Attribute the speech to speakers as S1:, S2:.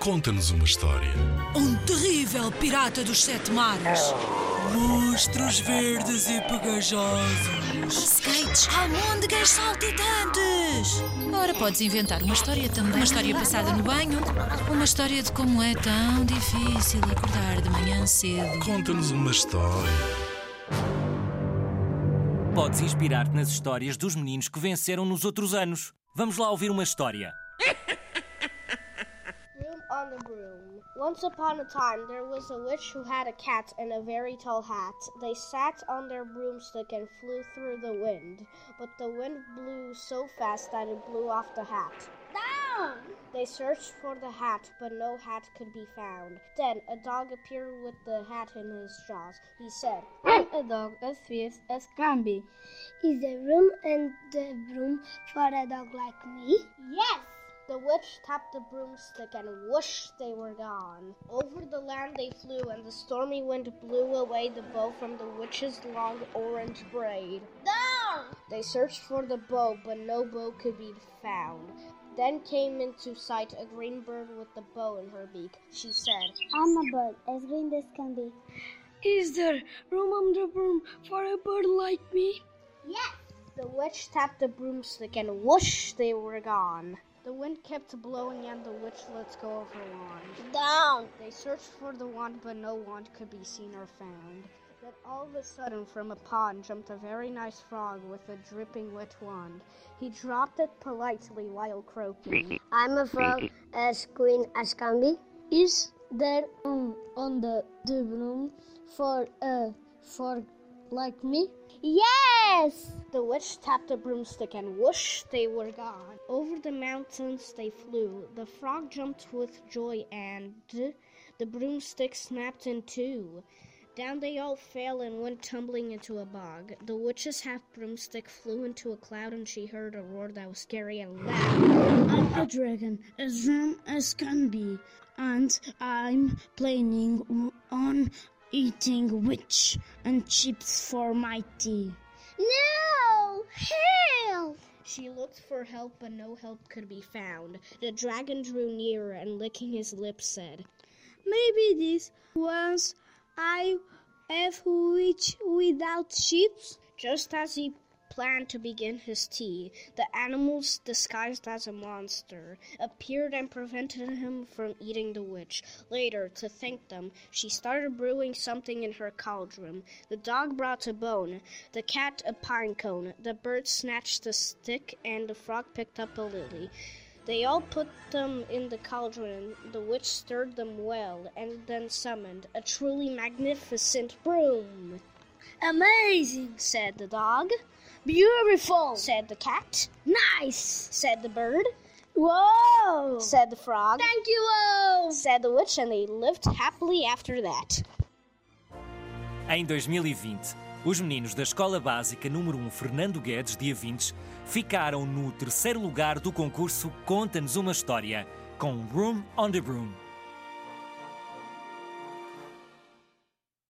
S1: Conta-nos uma história.
S2: Um terrível pirata dos sete mares. Monstros verdes e pegajosos.
S3: Skates, almôndegas saltitantes!
S4: Ora, podes inventar uma história também. Uma história passada no banho. Uma história de como é tão difícil acordar de manhã cedo.
S1: Conta-nos uma história.
S5: Podes inspirar-te nas histórias dos meninos que venceram nos outros anos. Vamos lá ouvir uma história.
S6: Room on the Broom. Once upon a time, there was a witch who had a cat and a very tall hat. They sat on their broomstick and flew through the wind, but the wind blew so fast that it blew off the hat. Down! They searched for the hat, but no hat could be found. Then a dog appeared with the hat in his jaws. He said,
S7: I'm a dog as fierce as can be.
S8: Is there room in the room for a dog like me?
S6: Yes! The witch tapped the broomstick and whoosh, they were gone. Over the land they flew, and the stormy wind blew away the bow from the witch's long orange braid. Down! They searched for the bow, but no bow could be found. Then came into sight a green bird with the bow in her beak. She said,
S8: I'm a bird, as green as can be.
S7: Is there room on the broom for a bird like me?
S6: Yes! The witch tapped the broomstick and whoosh, they were gone. The wind kept blowing and the witch let go of her wand. Down! They searched for the wand, but no wand could be seen or found. Then all of a sudden, from a pond jumped a very nice frog with a dripping wet wand. He dropped it politely while croaking.
S8: I'm a frog, as green as can be.
S7: Is there room on the, the broom for a frog like me?
S8: Yes!
S6: The witch tapped a broomstick and whoosh, they were gone. Over the mountains they flew. The frog jumped with joy and the broomstick snapped in two. Down they all fell and went tumbling into a bog. The witch's half broomstick flew into a cloud and she heard a roar that was scary and loud.
S7: I'm a dragon, as round as can be, and I'm planning on eating witch and chips for my tea.
S8: No! Help!
S6: She looked for help, but no help could be found. The dragon drew nearer and licking his lips said,
S7: Maybe this once I have witch without chips.
S6: Just as he planned to begin his tea, the animals, disguised as a monster, appeared and prevented him from eating the witch. Later, to thank them, she started brewing something in her cauldron. The dog brought a bone, the cat a pine cone, the bird snatched a stick, and the frog picked up a lily. They all put them in the cauldron. The witch stirred them well and then summoned a truly magnificent broom.
S7: Amazing!
S6: Said the dog,
S7: Beautiful!
S6: said the cat,
S7: Nice!
S6: said the bird,
S7: Whoa!
S6: said the frog,
S7: Thank you all!
S6: said the witch, and they lived happily after that.
S5: Em 2020, os meninos da Escola Básica número 1 Fernando Guedes, dia 20, ficaram no terceiro lugar do concurso Conta-nos uma História, com Room on the Broom.